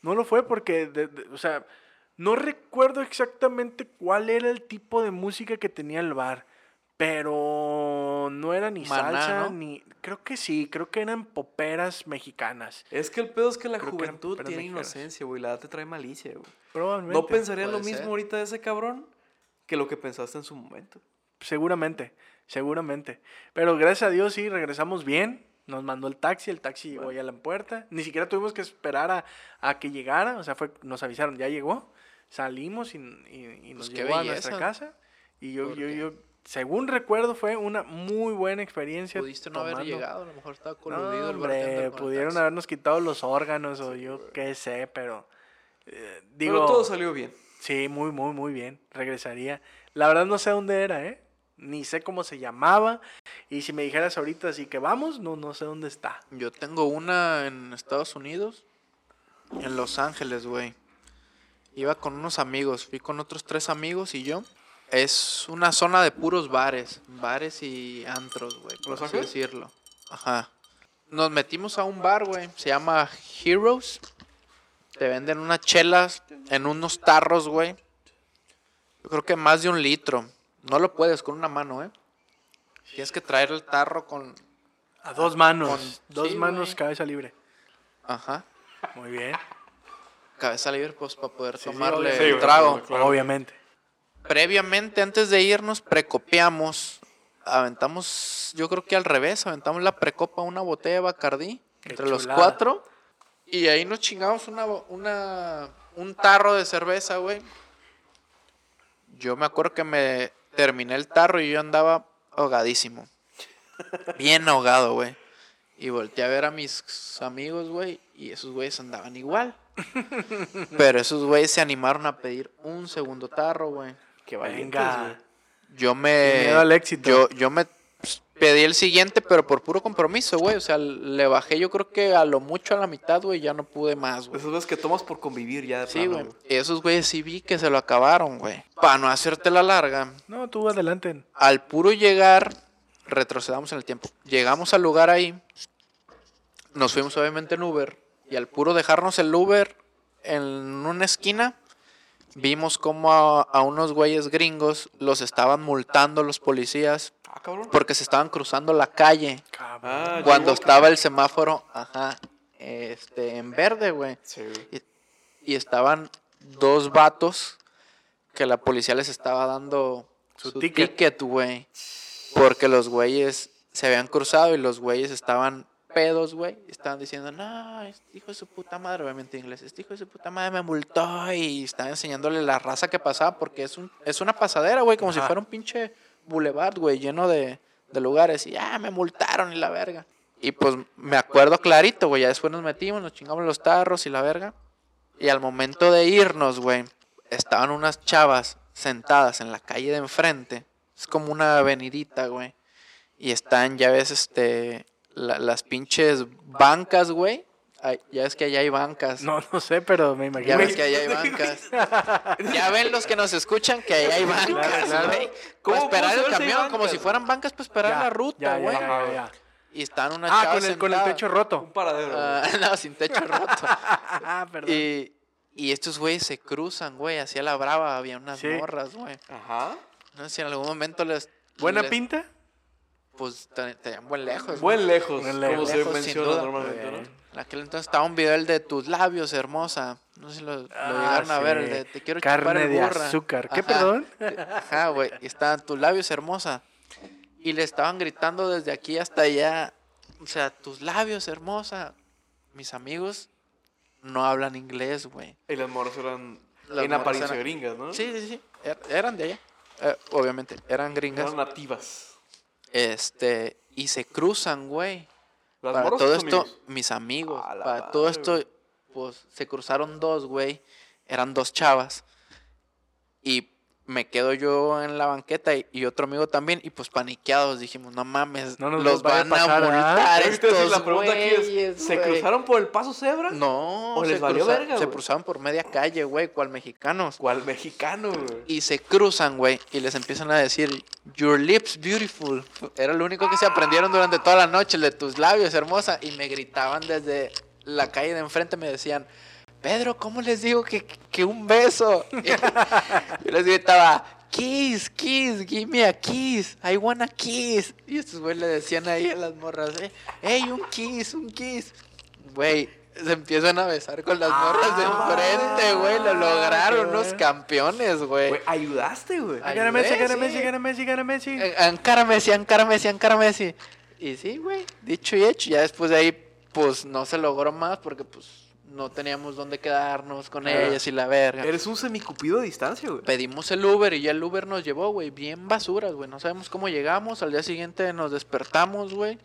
Speaker 3: no lo fue porque, de- de- o sea, no recuerdo exactamente cuál era el tipo de música que tenía el bar, pero no era ni
Speaker 1: Maná,
Speaker 3: salsa,
Speaker 1: ¿no?
Speaker 3: ni, creo que sí, creo que eran poperas mexicanas,
Speaker 2: Es que el pedo es que la
Speaker 3: Creo que eran
Speaker 2: juventud
Speaker 3: peras
Speaker 2: tiene
Speaker 3: mexicanas.
Speaker 2: inocencia, güey. La edad te trae malicia, güey.
Speaker 3: probablemente.
Speaker 2: No pensaría lo
Speaker 1: Puede
Speaker 2: mismo
Speaker 1: ser.
Speaker 2: ahorita de ese cabrón que lo que pensaste en su momento.
Speaker 3: Seguramente, seguramente. Pero gracias a Dios sí, regresamos bien. Nos mandó el taxi, el taxi llegó ya a la puerta. Ni siquiera tuvimos que esperar a, a que llegara. O sea, fue, nos avisaron, ya llegó. Salimos y, y- y nos
Speaker 1: Pues qué
Speaker 3: llevó a nuestra
Speaker 1: belleza.
Speaker 3: casa. Y yo,
Speaker 1: ¿Por
Speaker 3: yo,
Speaker 1: qué?
Speaker 3: yo, según recuerdo, fue una muy buena experiencia.
Speaker 1: Pudiste no haber
Speaker 3: tomando.
Speaker 1: llegado, a lo mejor estaba
Speaker 3: No,
Speaker 1: coludido el bartender
Speaker 3: hombre,
Speaker 1: con el
Speaker 3: pudieron
Speaker 1: taxi.
Speaker 3: habernos quitado los órganos o yo qué sé, pero... eh, digo,
Speaker 2: Pero todo salió bien.
Speaker 3: Sí, muy, muy, muy bien. Regresaría. La verdad no sé dónde era, ¿eh? Ni sé cómo se llamaba. Y si me dijeras ahorita así que vamos, no, no sé dónde está.
Speaker 1: Yo tengo una en Estados Unidos, en Los Ángeles, güey. Iba con unos amigos, fui con otros tres amigos y yo. Es una zona de puros bares, bares y antros, güey, por
Speaker 2: ¿Los
Speaker 1: así
Speaker 2: Ángeles?
Speaker 1: decirlo. Ajá. Nos metimos a un bar, güey, se llama Heroes. Te venden unas chelas en unos tarros, güey. Yo creo que más de un litro. No lo puedes con una mano, ¿eh? Tienes que traer el tarro con...
Speaker 3: A dos manos.
Speaker 1: Con-
Speaker 3: dos
Speaker 1: sí,
Speaker 3: manos,
Speaker 1: güey.
Speaker 3: cabeza libre.
Speaker 1: Ajá.
Speaker 3: Muy bien.
Speaker 1: Cabeza libre, pues, para poder
Speaker 3: Sí, sí,
Speaker 1: tomarle
Speaker 3: obvio.
Speaker 2: Sí,
Speaker 1: el
Speaker 2: güey,
Speaker 1: trago.
Speaker 2: obvio, Claro.
Speaker 3: Obviamente.
Speaker 1: Previamente, antes de irnos, precopiamos. Aventamos, yo creo que al revés, aventamos la precopa a una botella de Bacardí
Speaker 3: Qué
Speaker 1: entre los
Speaker 3: chulada.
Speaker 1: cuatro. Y ahí nos chingamos una, bo- una, un tarro de cerveza, güey. Yo me acuerdo que me terminé el tarro y yo andaba ahogadísimo. Bien ahogado, güey. Y volteé a ver a mis amigos, güey, y esos güeyes andaban igual. Pero esos güeyes se animaron a pedir un segundo tarro, güey.
Speaker 2: Qué valientes,
Speaker 3: Venga.
Speaker 2: güey.
Speaker 1: Yo me.
Speaker 3: Miedo al éxito.
Speaker 1: Yo, yo me pues, pedí el siguiente, pero por puro compromiso, güey. O sea, le bajé yo creo que a lo mucho a la mitad, güey. Ya no pude más, güey.
Speaker 2: Esas veces que tomas por convivir ya. de
Speaker 1: Sí,
Speaker 3: Ah,
Speaker 2: plano,
Speaker 1: güey. Y esos güeyes sí vi que se lo acabaron, güey. Para no hacerte la larga,
Speaker 3: No, tú adelante.
Speaker 1: al puro llegar, retrocedamos en el tiempo. Llegamos al lugar ahí, nos fuimos obviamente en Uber, y al puro dejarnos el Uber en una esquina, vimos como a, a unos güeyes gringos los estaban multando los policías
Speaker 2: Ah, cabrón.
Speaker 1: porque se estaban cruzando la calle
Speaker 3: Cabrón.
Speaker 2: Ah,
Speaker 1: cuando
Speaker 2: llegó-
Speaker 1: estaba el semáforo, ajá, este, en verde, güey.
Speaker 2: Sí, güey.
Speaker 1: Y estaban dos vatos que la policía les estaba dando
Speaker 3: Su
Speaker 1: su,
Speaker 3: ticket.
Speaker 1: ticket, güey. Porque los güeyes se habían cruzado y los güeyes estaban pedos, güey. y Estaban diciendo, no, este hijo de su puta madre, obviamente en inglés, este hijo de su puta madre me multó y estaban enseñándole la raza que pasaba porque es, un, es una pasadera, güey, como
Speaker 3: Ajá.
Speaker 1: si fuera un pinche boulevard, güey, lleno de, de lugares. Y ya, me multaron y la verga. Y pues me acuerdo clarito, güey, ya después nos metimos, nos chingamos los tarros y la verga. Y al momento de irnos, güey, estaban unas chavas sentadas en la calle de enfrente. Es como una avenidita, güey. Y están, ya ves, este, la- las pinches bancas, güey. Ay, Ya ves que allá hay bancas.
Speaker 3: No, no sé, pero me imagino.
Speaker 1: Ya ves que allá hay bancas. Ya ven los que nos escuchan que allá hay bancas,
Speaker 3: claro.
Speaker 1: güey.
Speaker 2: ¿Cómo-
Speaker 1: Para
Speaker 2: cómo
Speaker 1: esperar
Speaker 2: se
Speaker 1: el
Speaker 2: ve si hay
Speaker 1: camión, como
Speaker 2: bancas?
Speaker 1: si fueran bancas, pues esperar
Speaker 3: Ya,
Speaker 1: la
Speaker 3: ya,
Speaker 1: ruta,
Speaker 3: ya,
Speaker 1: güey.
Speaker 3: ya, ya.
Speaker 1: Y están unas
Speaker 3: Ah,
Speaker 1: chavas
Speaker 3: con el, con el
Speaker 1: sentadas.
Speaker 3: techo
Speaker 2: Un
Speaker 3: roto.
Speaker 2: paradero. güey.
Speaker 1: Ah, no, sin techo roto.
Speaker 3: Ah, perdón.
Speaker 1: Y, y estos güeyes se cruzan, güey, hacia la brava había unas
Speaker 3: Sí.
Speaker 1: morras, güey.
Speaker 2: Ajá.
Speaker 1: No sé si en algún momento les...
Speaker 3: ¿Buena
Speaker 1: les-
Speaker 3: pinta?
Speaker 1: Pues te- te llevan Pues, buen lejos. güey.
Speaker 2: Buen lejos,
Speaker 3: Buen
Speaker 2: como
Speaker 3: lejos.
Speaker 2: se
Speaker 1: Lejos, sin
Speaker 2: menciona
Speaker 1: duda.
Speaker 2: normalmente, ¿no?
Speaker 1: En aquel entonces estaba un video el de tus labios, hermosa. No sé si lo, lo
Speaker 3: Ah,
Speaker 1: llegaron a ver,
Speaker 3: sí.
Speaker 1: el de te quiero
Speaker 3: Carne
Speaker 1: chupar el
Speaker 3: de
Speaker 1: burra.
Speaker 3: azúcar. ¿Qué,
Speaker 1: Ajá.
Speaker 3: perdón?
Speaker 1: Ajá, güey. Y estaban tus labios, hermosa. Y le estaban gritando desde aquí hasta allá. O sea, tus labios, hermosa. Mis amigos no hablan inglés, güey.
Speaker 2: Y las morras eran
Speaker 1: Las
Speaker 2: en
Speaker 1: morras
Speaker 2: apariencia
Speaker 1: eran-
Speaker 2: gringas, ¿no?
Speaker 1: Sí, sí, sí. Er- eran de allá. Eh, obviamente, eran gringas.
Speaker 2: Eran nativas.
Speaker 1: Este, y se cruzan, güey.
Speaker 2: Las
Speaker 1: Para
Speaker 2: morras
Speaker 1: todo
Speaker 2: son
Speaker 1: esto,
Speaker 2: amigos.
Speaker 1: mis amigos.
Speaker 2: A la
Speaker 1: Para todo
Speaker 2: madre,
Speaker 1: esto,
Speaker 2: güey.
Speaker 1: pues se cruzaron dos, güey. Eran dos chavas. Y me quedo yo en la banqueta y, y otro amigo también. Y pues paniqueados dijimos, no mames,
Speaker 3: No nos los
Speaker 1: los
Speaker 3: vaya
Speaker 1: van
Speaker 3: a pasar,
Speaker 1: a
Speaker 3: ¿ah?
Speaker 1: multar
Speaker 2: Yo te iba a decir,
Speaker 1: estos
Speaker 2: la pregunta aquí es,
Speaker 1: güeyes,
Speaker 2: ¿se
Speaker 1: güey".
Speaker 2: cruzaron por el paso cebra?
Speaker 1: No,
Speaker 2: ¿O les
Speaker 1: se,
Speaker 2: valió
Speaker 1: cruza-
Speaker 2: verga,
Speaker 1: se
Speaker 2: güey?
Speaker 1: cruzaron por media calle, güey, cual mexicanos.
Speaker 2: ¿Cuál mexicano, güey?
Speaker 1: Y se cruzan, güey, y les empiezan a decir, Your lips beautiful. Era lo único que se aprendieron durante toda la noche, el de tus labios, hermosa. Y me gritaban desde la calle de enfrente, me decían, Pedro, ¿cómo les digo que, que un beso? Yo les gritaba, Kiss, kiss, give me a kiss, I wanna kiss. Y estos güey le decían ahí a las morras, eh, hey, un kiss, un kiss. Güey, se empiezan a besar con las morras de enfrente, güey. Lo
Speaker 3: qué
Speaker 1: lograron, unos
Speaker 3: bueno.
Speaker 1: campeones, güey.
Speaker 2: Güey, ayudaste, güey.
Speaker 1: Ay,
Speaker 3: Gana Messi,
Speaker 1: güey,
Speaker 3: gana
Speaker 1: sí.
Speaker 3: Messi, gana Messi, gana Messi.
Speaker 1: Eh, Ankara Messi, Ankara Messi, Ankara Messi. Y sí, güey, dicho y hecho. Ya después de ahí, pues no se logró más porque, pues, no teníamos dónde quedarnos con
Speaker 2: Claro.
Speaker 1: ellas y la verga.
Speaker 2: Eres un semicupido a distancia, güey.
Speaker 1: Pedimos el Uber y ya el Uber nos llevó, güey, bien basuras, güey. No sabemos cómo llegamos. Al día siguiente nos despertamos, güey.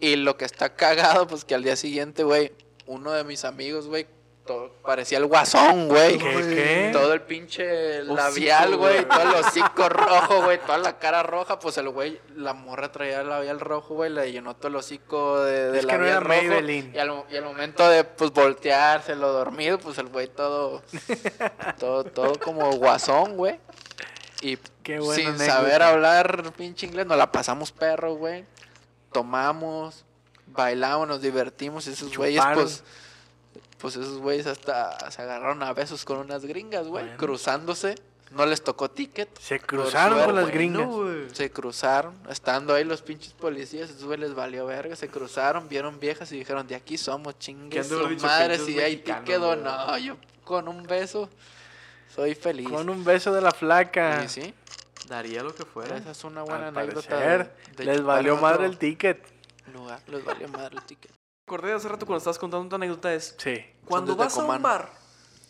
Speaker 1: Y lo que está cagado, pues que al día siguiente, güey, uno de mis amigos, güey, to- parecía el guasón, güey.
Speaker 3: ¿Qué, qué?
Speaker 1: Todo el
Speaker 3: Oh,
Speaker 1: pinche
Speaker 2: Hocico,
Speaker 1: labial, güey,
Speaker 2: güey.
Speaker 1: todo el hocico rojo, güey, toda la cara roja. Pues el güey, la morra traía el labial rojo, güey, le llenó todo el hocico de, de
Speaker 3: Es que no
Speaker 1: labial
Speaker 3: era
Speaker 1: rojo.
Speaker 3: Maybelline.
Speaker 1: Y al, mo- y al momento de, pues, voltearse, lo dormido, pues el güey todo... Todo, todo como guasón, güey. Y
Speaker 3: Qué buena
Speaker 1: sin
Speaker 3: anécdota.
Speaker 1: saber hablar pinche inglés, nos la pasamos perro, güey. Tomamos, bailamos, nos divertimos. y Esos güeyes,
Speaker 3: Chuparon.
Speaker 1: pues, pues esos güeyes hasta se agarraron a besos con unas gringas, güey.
Speaker 3: Bueno.
Speaker 1: Cruzándose, no les tocó ticket.
Speaker 3: Se cruzaron
Speaker 1: Por
Speaker 3: con las
Speaker 1: suerte,
Speaker 3: gringas.
Speaker 2: No, güey.
Speaker 1: Se cruzaron, estando ahí los pinches policías, esos güeyes les valió verga, se cruzaron, vieron viejas y dijeron, de aquí somos,
Speaker 2: ¿Qué
Speaker 1: chingues
Speaker 2: han de haber
Speaker 1: su
Speaker 2: dicho,
Speaker 1: madre,
Speaker 2: pinches
Speaker 1: si ahí te
Speaker 2: mexicanos,
Speaker 1: quedó,
Speaker 2: güey?
Speaker 1: no, yo con un beso soy feliz.
Speaker 3: Con un beso de la flaca.
Speaker 1: Y sí,
Speaker 2: Daría lo que fuera.
Speaker 1: esa es una buena
Speaker 3: Al
Speaker 1: anécdota. de-
Speaker 3: parecer,
Speaker 1: de
Speaker 3: les
Speaker 1: chupar
Speaker 3: valió
Speaker 1: en
Speaker 3: madre
Speaker 1: otro
Speaker 3: el ticket.
Speaker 1: lugar, les valió madre el ticket.
Speaker 2: Acordé de hace rato cuando estabas contando tu anécdota es
Speaker 3: Sí.
Speaker 2: cuando
Speaker 1: desde
Speaker 2: vas a un
Speaker 1: Comán.
Speaker 2: bar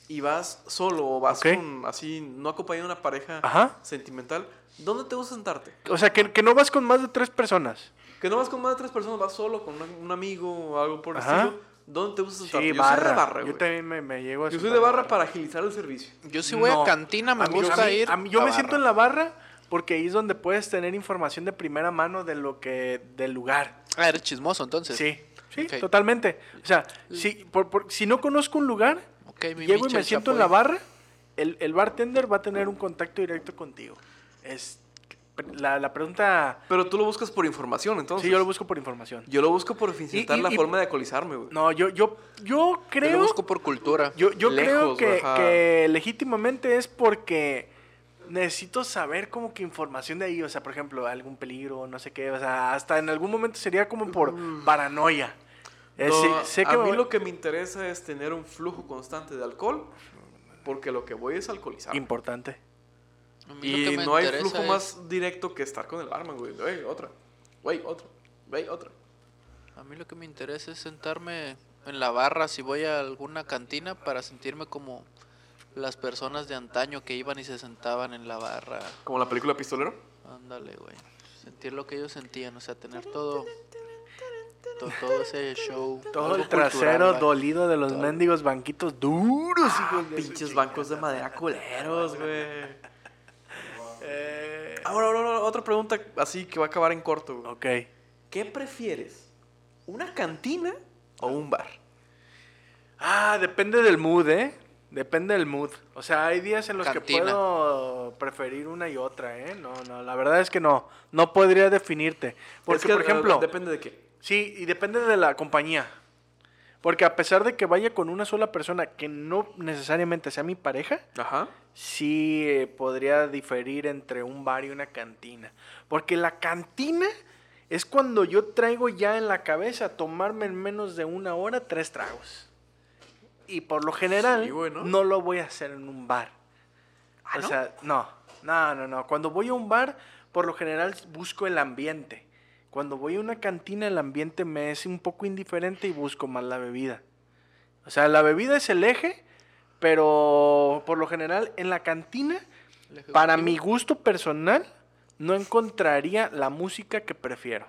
Speaker 2: y vas solo o vas
Speaker 3: Ok.
Speaker 2: con, así, no acompañado de una pareja
Speaker 3: Ajá.
Speaker 2: sentimental, ¿dónde te gusta sentarte?
Speaker 3: O sea, que, que no vas con más de tres personas.
Speaker 2: Que no vas con más de tres personas, vas solo con un- un amigo o algo por el
Speaker 3: Ajá.
Speaker 2: estilo. ¿Dónde te gusta sentarte?
Speaker 3: Sí,
Speaker 2: Yo soy
Speaker 3: barra.
Speaker 2: de barra,
Speaker 3: yo
Speaker 2: güey.
Speaker 3: también me, me llego a
Speaker 2: Yo soy
Speaker 3: sentar
Speaker 2: de
Speaker 3: a
Speaker 2: barra para agilizar el servicio.
Speaker 1: Yo si voy
Speaker 3: No.
Speaker 1: a cantina me
Speaker 3: A mí-
Speaker 1: gusta
Speaker 3: a mí-
Speaker 1: ir.
Speaker 3: a mí- yo
Speaker 1: a
Speaker 3: me
Speaker 1: barra.
Speaker 3: siento en la barra porque ahí es donde puedes tener información de primera mano de lo que del lugar.
Speaker 1: Ah, eres chismoso entonces.
Speaker 3: Sí, sí,
Speaker 1: Ok.
Speaker 3: totalmente. O sea, si, por- por- si no conozco un lugar,
Speaker 1: Ok, mi
Speaker 3: llego y
Speaker 1: Michel
Speaker 3: me siento en
Speaker 1: Chapoy.
Speaker 3: la barra, el, el bartender va a tener un contacto directo contigo. Es la, la pregunta...
Speaker 2: Pero tú lo buscas por información, entonces.
Speaker 3: sí, yo lo busco por información.
Speaker 2: Yo lo busco por eficientar
Speaker 3: Y- y-
Speaker 2: la
Speaker 3: y-
Speaker 2: forma de alcoholizarme, güey.
Speaker 3: No, yo, yo, yo
Speaker 1: Yo lo
Speaker 3: creo...
Speaker 1: busco por cultura.
Speaker 3: Yo, yo
Speaker 2: Lejos,
Speaker 3: creo que,
Speaker 2: ajá.
Speaker 3: que legítimamente es porque necesito saber como que información de ahí, o sea, por ejemplo, algún peligro, no sé qué, o sea, hasta en algún momento sería como por paranoia. Eh, sí,
Speaker 2: No,
Speaker 3: sé
Speaker 2: a
Speaker 3: que
Speaker 2: mí
Speaker 3: me-
Speaker 2: lo que me interesa es tener un flujo constante de alcohol, porque lo que voy es alcoholizar.
Speaker 3: importante.
Speaker 1: A mí lo
Speaker 2: Y
Speaker 1: que me
Speaker 2: no hay
Speaker 1: interesa
Speaker 2: flujo
Speaker 1: es-
Speaker 2: más directo que estar con el barman, güey. Güey, otra. Güey, otra. Güey, otra.
Speaker 1: A mí lo que me interesa es sentarme en la barra si voy a alguna cantina para sentirme como las personas de antaño que iban y se sentaban en la barra.
Speaker 2: Como la película Pistolero.
Speaker 1: Ándale, güey. Sentir lo que ellos sentían, o sea, tener todo. to- Todo, ese show.
Speaker 3: Todo
Speaker 1: algo
Speaker 3: el trasero
Speaker 1: cultural, güey.
Speaker 3: dolido de los mendigos banquitos duros, hijos Ah, de su
Speaker 2: Pinches
Speaker 3: chi-
Speaker 2: bancos de madera culeros, güey. Ahora, ahora, ahora, otra pregunta así que va a acabar en corto, güey.
Speaker 3: Ok.
Speaker 2: ¿Qué prefieres? ¿Una cantina o un bar?
Speaker 3: Ah, depende del mood, ¿eh? Depende del mood. O sea, hay días en los que
Speaker 1: Cantina.
Speaker 3: puedo preferir una y otra, ¿eh? No, no, la verdad es que no. No podría definirte. Porque, ah,
Speaker 2: Es que,
Speaker 3: por
Speaker 2: eh,
Speaker 3: ejemplo,
Speaker 2: Depende de qué.
Speaker 3: sí, y depende de la compañía. Porque a pesar de que vaya con una sola persona que no necesariamente sea mi pareja,
Speaker 2: Ajá.
Speaker 3: sí eh, podría diferir entre un bar y una cantina. Porque la cantina es cuando yo traigo ya en la cabeza tomarme en menos de una hora tres tragos. Y por lo general
Speaker 2: Sí, güey, ¿no? ¿Ah,
Speaker 3: no lo voy a hacer en un bar. o sea, no, no, no, no. Cuando voy a un bar, por lo general busco el ambiente. Cuando voy a una cantina, el ambiente me es un poco indiferente y busco más la bebida. O sea, la bebida es el eje, pero por lo general en la cantina,
Speaker 1: El ejecutivo.
Speaker 3: para mi gusto personal, no encontraría la música que prefiero.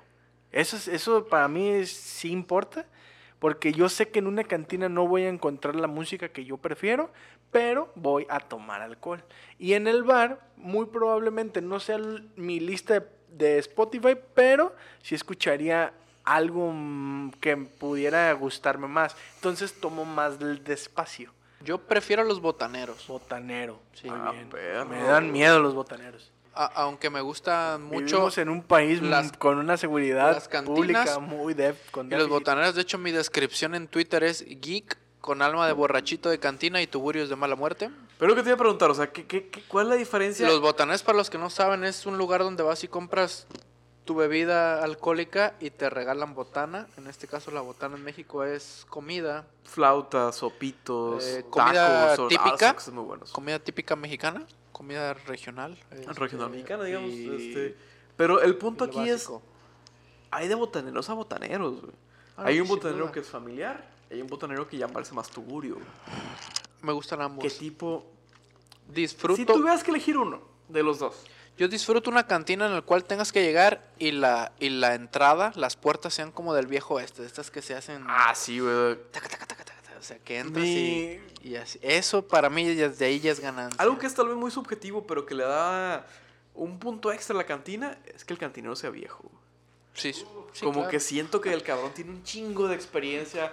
Speaker 3: Eso, es- eso para mí es- sí importa, porque yo sé que en una cantina no voy a encontrar la música que yo prefiero, pero voy a tomar alcohol. Y en el bar, muy probablemente no sea l- mi lista de, de Spotify, pero sí escucharía algo mm, que pudiera gustarme más. Entonces tomo más l- despacio.
Speaker 1: Yo prefiero los botaneros.
Speaker 3: Botanero.
Speaker 1: Sí,
Speaker 3: Muy
Speaker 2: Ah,
Speaker 3: bien.
Speaker 2: perro.
Speaker 3: Me dan miedo los botaneros.
Speaker 1: A- aunque me gustan mucho.
Speaker 3: Vivimos en un país
Speaker 1: las-
Speaker 3: m- con una seguridad
Speaker 1: las cantinas
Speaker 3: pública muy def, con
Speaker 1: Y los
Speaker 3: déficit.
Speaker 1: botaneros, de hecho, mi descripción en Twitter es geek con alma de borrachito de cantina y tuburios de mala muerte.
Speaker 2: Pero lo que te iba a preguntar, o sea, ¿qué, qué, qué- cuál es la diferencia?
Speaker 1: Los botaneros, para los que no saben, es un lugar donde vas y compras tu bebida alcohólica y te regalan botana. En este caso, la botana en México es comida,
Speaker 2: Flautas, sopitos,
Speaker 1: Eh, comida
Speaker 2: tacos, o-
Speaker 1: típica.
Speaker 2: Ah, son muy buenos.
Speaker 1: comida típica mexicana, comida regional. este,
Speaker 2: Regional mexicana, digamos.
Speaker 1: y
Speaker 2: Este. Pero el punto
Speaker 1: lo
Speaker 2: aquí es,
Speaker 1: básico.
Speaker 2: hay de botaneros a botaneros, güey.
Speaker 1: Ah,
Speaker 2: hay
Speaker 1: no,
Speaker 2: un
Speaker 1: sin
Speaker 2: botanero
Speaker 1: duda.
Speaker 2: que es familiar, y hay un botanero que ya parece más tugurio. güey.
Speaker 1: Me gustan ambos.
Speaker 2: ¿Qué tipo?
Speaker 1: Disfruto.
Speaker 2: Si tuvieras que elegir uno de los dos.
Speaker 1: Yo disfruto una cantina en la cual tengas que llegar y la, y la entrada, las puertas sean como del viejo este, de estas que se hacen.
Speaker 2: Ah, sí, güey.
Speaker 1: taca, taca, taca, taca, taca, o sea, que entras
Speaker 2: Mi-
Speaker 1: y, y así. Eso para mí ya- desde ahí ya es ganancia.
Speaker 2: Algo que es tal vez muy subjetivo, pero que le da un punto extra a la cantina, es que el cantinero sea viejo. güey.
Speaker 1: Sí, sí, sí,
Speaker 2: Como
Speaker 1: claro.
Speaker 2: que siento que el cabrón tiene un chingo de experiencia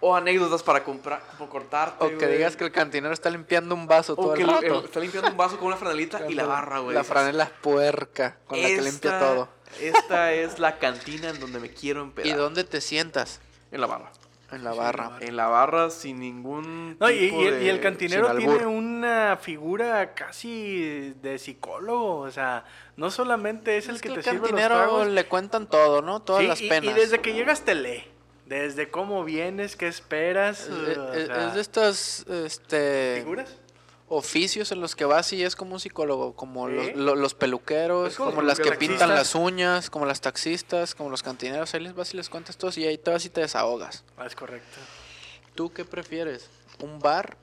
Speaker 2: o anécdotas para comprar, por cortarte.
Speaker 1: O que
Speaker 2: este, güey.
Speaker 1: digas que el cantinero está limpiando un vaso todo
Speaker 2: O que
Speaker 1: el
Speaker 2: el- el-
Speaker 1: rato.
Speaker 2: está limpiando un vaso con una franelita y la barra, güey.
Speaker 1: La
Speaker 2: Dices,
Speaker 1: franela es puerca con la que limpia
Speaker 2: "Esta-
Speaker 1: todo.
Speaker 2: Esta es la cantina en donde me quiero empedar.
Speaker 1: ¿Y dónde te sientas?
Speaker 2: En la barra.
Speaker 1: En la barra.
Speaker 2: En la barra sin ningún.
Speaker 3: No, y,
Speaker 2: tipo
Speaker 3: y el, y el
Speaker 2: de-
Speaker 3: cantinero
Speaker 1: sin
Speaker 3: tiene
Speaker 1: albur.
Speaker 3: una figura casi de psicólogo, o sea, no solamente es, el que,
Speaker 1: el
Speaker 3: te sirve los
Speaker 1: cantinero
Speaker 3: tragos,
Speaker 1: le cuentan todo, ¿no? Todas
Speaker 3: sí,
Speaker 1: las
Speaker 3: y-
Speaker 1: penas.
Speaker 3: Y, desde que llegas te lee, desde cómo vienes, qué esperas,
Speaker 1: Es,
Speaker 3: o
Speaker 1: es-
Speaker 3: sea,
Speaker 1: es de estas este,
Speaker 3: figuras.
Speaker 1: oficios en los que vas y es como un psicólogo, como
Speaker 3: Sí.
Speaker 1: los, lo- los peluqueros,
Speaker 2: Es como
Speaker 1: como,
Speaker 2: los
Speaker 1: las que
Speaker 2: peluqueros,
Speaker 1: pintan
Speaker 3: taxistas.
Speaker 1: las uñas, como las taxistas, como los cantineros. Ahí les vas y les cuentas todo y ahí te vas y te desahogas.
Speaker 3: Ah, es correcto.
Speaker 1: ¿Tú qué prefieres? ¿Un bar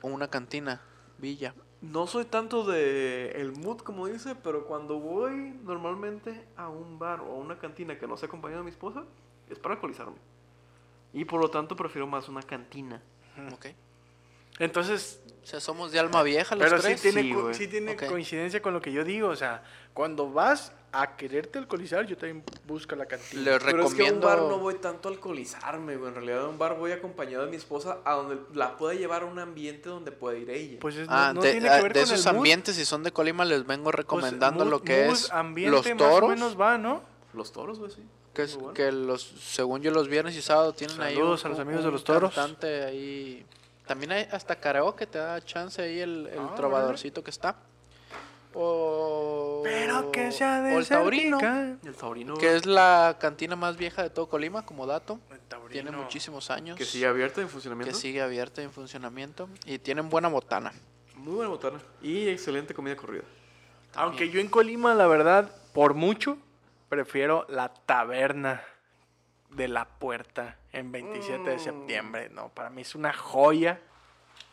Speaker 1: o una cantina, villa.
Speaker 2: No soy tanto de el mood como dice, pero cuando voy normalmente a un bar o a una cantina que no sea acompañado de mi esposa, es para alcoholizarme. Y por lo tanto prefiero más una cantina.
Speaker 1: Ok.
Speaker 3: Entonces,
Speaker 1: O sea, somos de alma vieja los
Speaker 3: pero sí
Speaker 1: tres.
Speaker 3: tiene,
Speaker 2: Sí,
Speaker 3: co-
Speaker 2: güey.
Speaker 3: sí tiene
Speaker 1: Ok.
Speaker 3: coincidencia con lo que yo digo. O sea, cuando vas a quererte alcoholizar, yo también busco la cantina.
Speaker 1: Les
Speaker 2: Pero es que a un
Speaker 1: recomiendo.
Speaker 2: bar no voy tanto a alcoholizarme, güey. En realidad a un bar voy acompañado de mi esposa a donde la pueda llevar a un ambiente donde pueda ir ella.
Speaker 3: Pues es- no,
Speaker 1: Ah,
Speaker 3: no
Speaker 1: de,
Speaker 3: tiene
Speaker 1: ah,
Speaker 3: que ver
Speaker 1: de
Speaker 3: con el
Speaker 1: esos
Speaker 3: mood.
Speaker 1: ambientes, si son de Colima, les vengo
Speaker 3: Pues,
Speaker 1: recomendando
Speaker 3: mood-
Speaker 1: lo que
Speaker 3: mood,
Speaker 1: es
Speaker 3: ambiente
Speaker 1: los
Speaker 3: más o
Speaker 1: toros.
Speaker 3: menos va, ¿no?
Speaker 2: Los toros, güey, sí.
Speaker 1: Que, es-
Speaker 2: Muy bueno.
Speaker 1: que los, según yo, los viernes y sábado tienen ahí.
Speaker 3: Saludos a los amigos de los toros.
Speaker 1: cantante ahí. También hay hasta karaoke, te da chance ahí el, el
Speaker 3: Ah,
Speaker 1: trovadorcito que está. O.
Speaker 3: Pero que sea de
Speaker 1: o el taurino.
Speaker 3: Certica.
Speaker 2: El taurino.
Speaker 1: Que
Speaker 2: güey,
Speaker 1: es la cantina más vieja de todo Colima, como dato.
Speaker 3: El taurino.
Speaker 1: Tiene muchísimos años.
Speaker 2: que sigue abierta en funcionamiento.
Speaker 1: que sigue abierta y en funcionamiento. Y tienen buena botana.
Speaker 2: Muy buena botana. Y excelente comida corrida.
Speaker 3: Aunque yo en Colima, la verdad, por mucho, prefiero la taberna de la puerta en 27 de
Speaker 2: Mm.
Speaker 3: septiembre. No, para mí es una joya.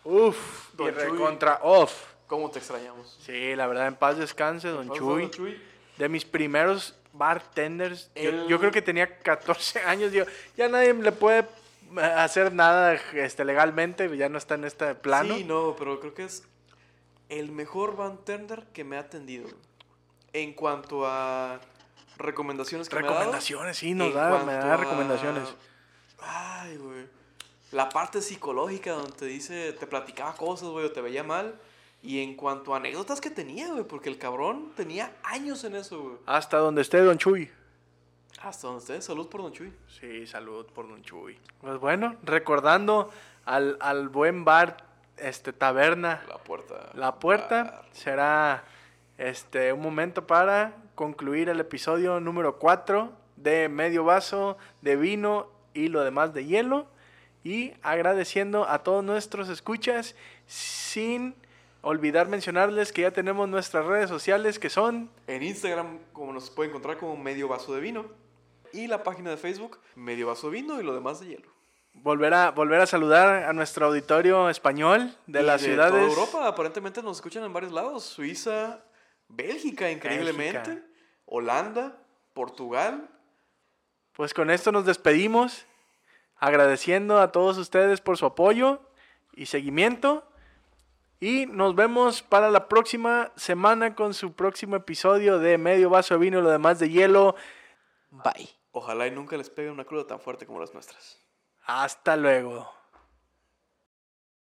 Speaker 3: Uf,
Speaker 2: Don
Speaker 3: y
Speaker 2: Chuy.
Speaker 3: recontra off.
Speaker 2: ¿Cómo te extrañamos?
Speaker 3: Sí, la verdad, en paz descanse, don
Speaker 2: Pausa,
Speaker 3: Chuy. De mis primeros bartenders, yo- yo,
Speaker 2: El-
Speaker 3: creo que tenía 14 años. Digo, ya nadie le puede eh, hacer nada este, legalmente, ya no está en este plano.
Speaker 2: Sí, no, pero creo que es el mejor bartender que me ha atendido. En cuanto a recomendaciones que
Speaker 3: Recomendaciones, sí,
Speaker 2: me ha dado.
Speaker 3: nos
Speaker 2: en
Speaker 3: da, me
Speaker 2: cuanto
Speaker 3: da
Speaker 2: a-
Speaker 3: recomendaciones.
Speaker 2: Ay, güey. La parte psicológica donde te dice, te platicaba cosas, güey, o te veía mal. Y en cuanto a anécdotas que tenía, güey, porque el cabrón tenía años en eso, güey.
Speaker 3: Hasta donde esté Don Chuy.
Speaker 2: Hasta donde estés, salud por Don Chuy.
Speaker 3: Sí, salud por Don Chuy. Pues bueno, recordando al, al buen bar, este, taberna,
Speaker 2: La puerta. Ah,
Speaker 3: la puerta, será este, un momento para concluir el episodio número 4 de medio vaso de vino y lo demás de hielo. Y agradeciendo a todos nuestros escuchas, sin olvidar mencionarles que ya tenemos nuestras redes sociales que son
Speaker 2: En Instagram, como nos puede encontrar como Medio Vaso de Vino. Y la página de Facebook, Medio Vaso de Vino y lo demás de hielo.
Speaker 3: Volver a, volver a saludar a nuestro auditorio español de
Speaker 2: Y
Speaker 3: las ciudades.
Speaker 2: toda Europa, aparentemente nos escuchan en varios lados. Suiza, Bélgica, increíblemente.
Speaker 3: Bélgica.
Speaker 2: Holanda, Portugal.
Speaker 3: Pues con esto nos despedimos, agradeciendo a todos ustedes por su apoyo y seguimiento. Y nos vemos para la próxima semana con su próximo episodio de Medio Vaso de Vino y lo demás de hielo.
Speaker 1: Bye.
Speaker 2: Ah. Ojalá y nunca les pegue una cruda tan fuerte como las nuestras.
Speaker 3: Hasta luego.